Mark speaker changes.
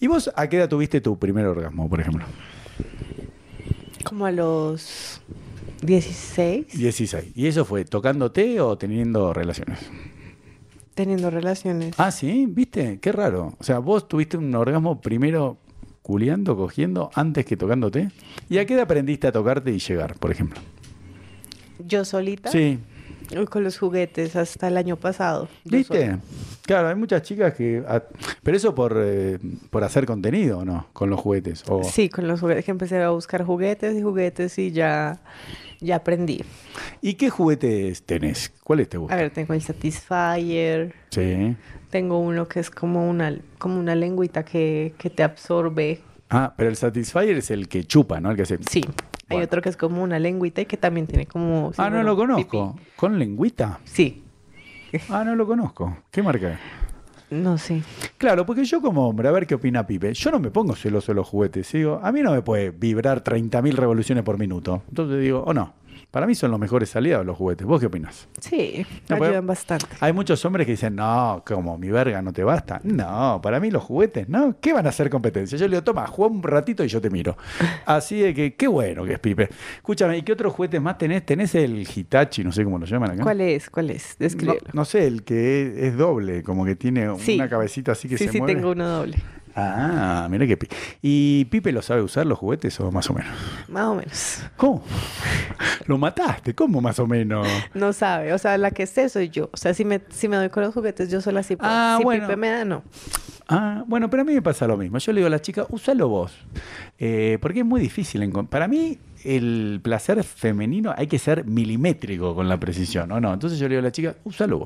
Speaker 1: ¿Y vos a qué edad tuviste tu primer orgasmo, por ejemplo?
Speaker 2: Como a los 16,
Speaker 1: 16. ¿Y eso fue tocándote o teniendo relaciones?
Speaker 2: teniendo relaciones.
Speaker 1: Ah, sí, viste, qué raro. O sea, vos tuviste un orgasmo primero culiando, cogiendo, antes que tocándote. ¿Y a qué edad aprendiste a tocarte y llegar, por ejemplo?
Speaker 2: Yo solita.
Speaker 1: Sí,
Speaker 2: Con los juguetes hasta el año pasado. Yo
Speaker 1: ¿Viste?
Speaker 2: sola.
Speaker 1: Claro, hay muchas chicas que... a- pero eso por, eh, por hacer contenido, ¿no? Con los juguetes. O,
Speaker 2: Sí, con los juguetes. Que empecé a buscar juguetes y juguetes y ya, ya aprendí.
Speaker 1: ¿Y qué juguetes tenés? ¿Cuáles te
Speaker 2: A
Speaker 1: gustan?
Speaker 2: ver, tengo el Satisfyer.
Speaker 1: Sí.
Speaker 2: Tengo uno que es como una, como una lengüita que, que te absorbe.
Speaker 1: Ah, pero el Satisfyer es el que chupa, ¿no? El que hace...
Speaker 2: Sí. Hay
Speaker 1: Bueno.
Speaker 2: otro que es como una lengüita y que también tiene como...
Speaker 1: Ah, no
Speaker 2: símbolo
Speaker 1: lo
Speaker 2: pipí.
Speaker 1: conozco. ¿Con lengüita?
Speaker 2: Sí.
Speaker 1: Ah, no lo conozco. ¿Qué marca?
Speaker 2: No sé.
Speaker 1: Claro, porque yo como hombre, a ver qué opina Pipe, yo no me pongo celoso de los juguetes. ¿eh? Digo, a mí no me puede vibrar 30.000 revoluciones por minuto. Entonces digo, o no. Para mí son los mejores aliados los juguetes. ¿Vos qué opinás?
Speaker 2: Sí,
Speaker 1: No, pero-
Speaker 2: ayudan bastante.
Speaker 1: Hay muchos hombres que dicen, no, como mi verga no te basta. No, para mí los juguetes, ¿no? ¿Qué van a hacer competencia? Yo le digo, toma, juega un ratito y yo te miro. Así de que, qué bueno que es Pipe. Escúchame, ¿y qué otros juguetes más tenés? ¿Tenés el Hitachi, no sé cómo lo llaman acá?
Speaker 2: ¿Cuál es? ¿Cuál es?
Speaker 1: No,
Speaker 2: Descríbelo.
Speaker 1: no sé, el que es, es doble, como que tiene
Speaker 2: Sí.
Speaker 1: una cabecita así que
Speaker 2: sí,
Speaker 1: se
Speaker 2: sí,
Speaker 1: mueve.
Speaker 2: tengo uno doble.
Speaker 1: Ah, mira que... pi- ¿Y Pipe lo sabe usar los juguetes o más o menos?
Speaker 2: Más o menos.
Speaker 1: ¿Cómo? ¿Lo mataste? ¿Cómo más o menos?
Speaker 2: No sabe. O sea, la que sé soy yo. O sea, si me, si me doy con los juguetes, yo sola sí puedo.
Speaker 1: Ah,
Speaker 2: si
Speaker 1: bueno.
Speaker 2: Pipe me da, no.
Speaker 1: Ah, bueno, pero a mí me pasa lo mismo. Yo le digo a las chicas, úsalo vos. Eh, porque es muy difícil. encon- Para mí, el placer femenino hay que ser milimétrico con la precisión, ¿o no? Entonces yo le digo a la chica, úsalo vos.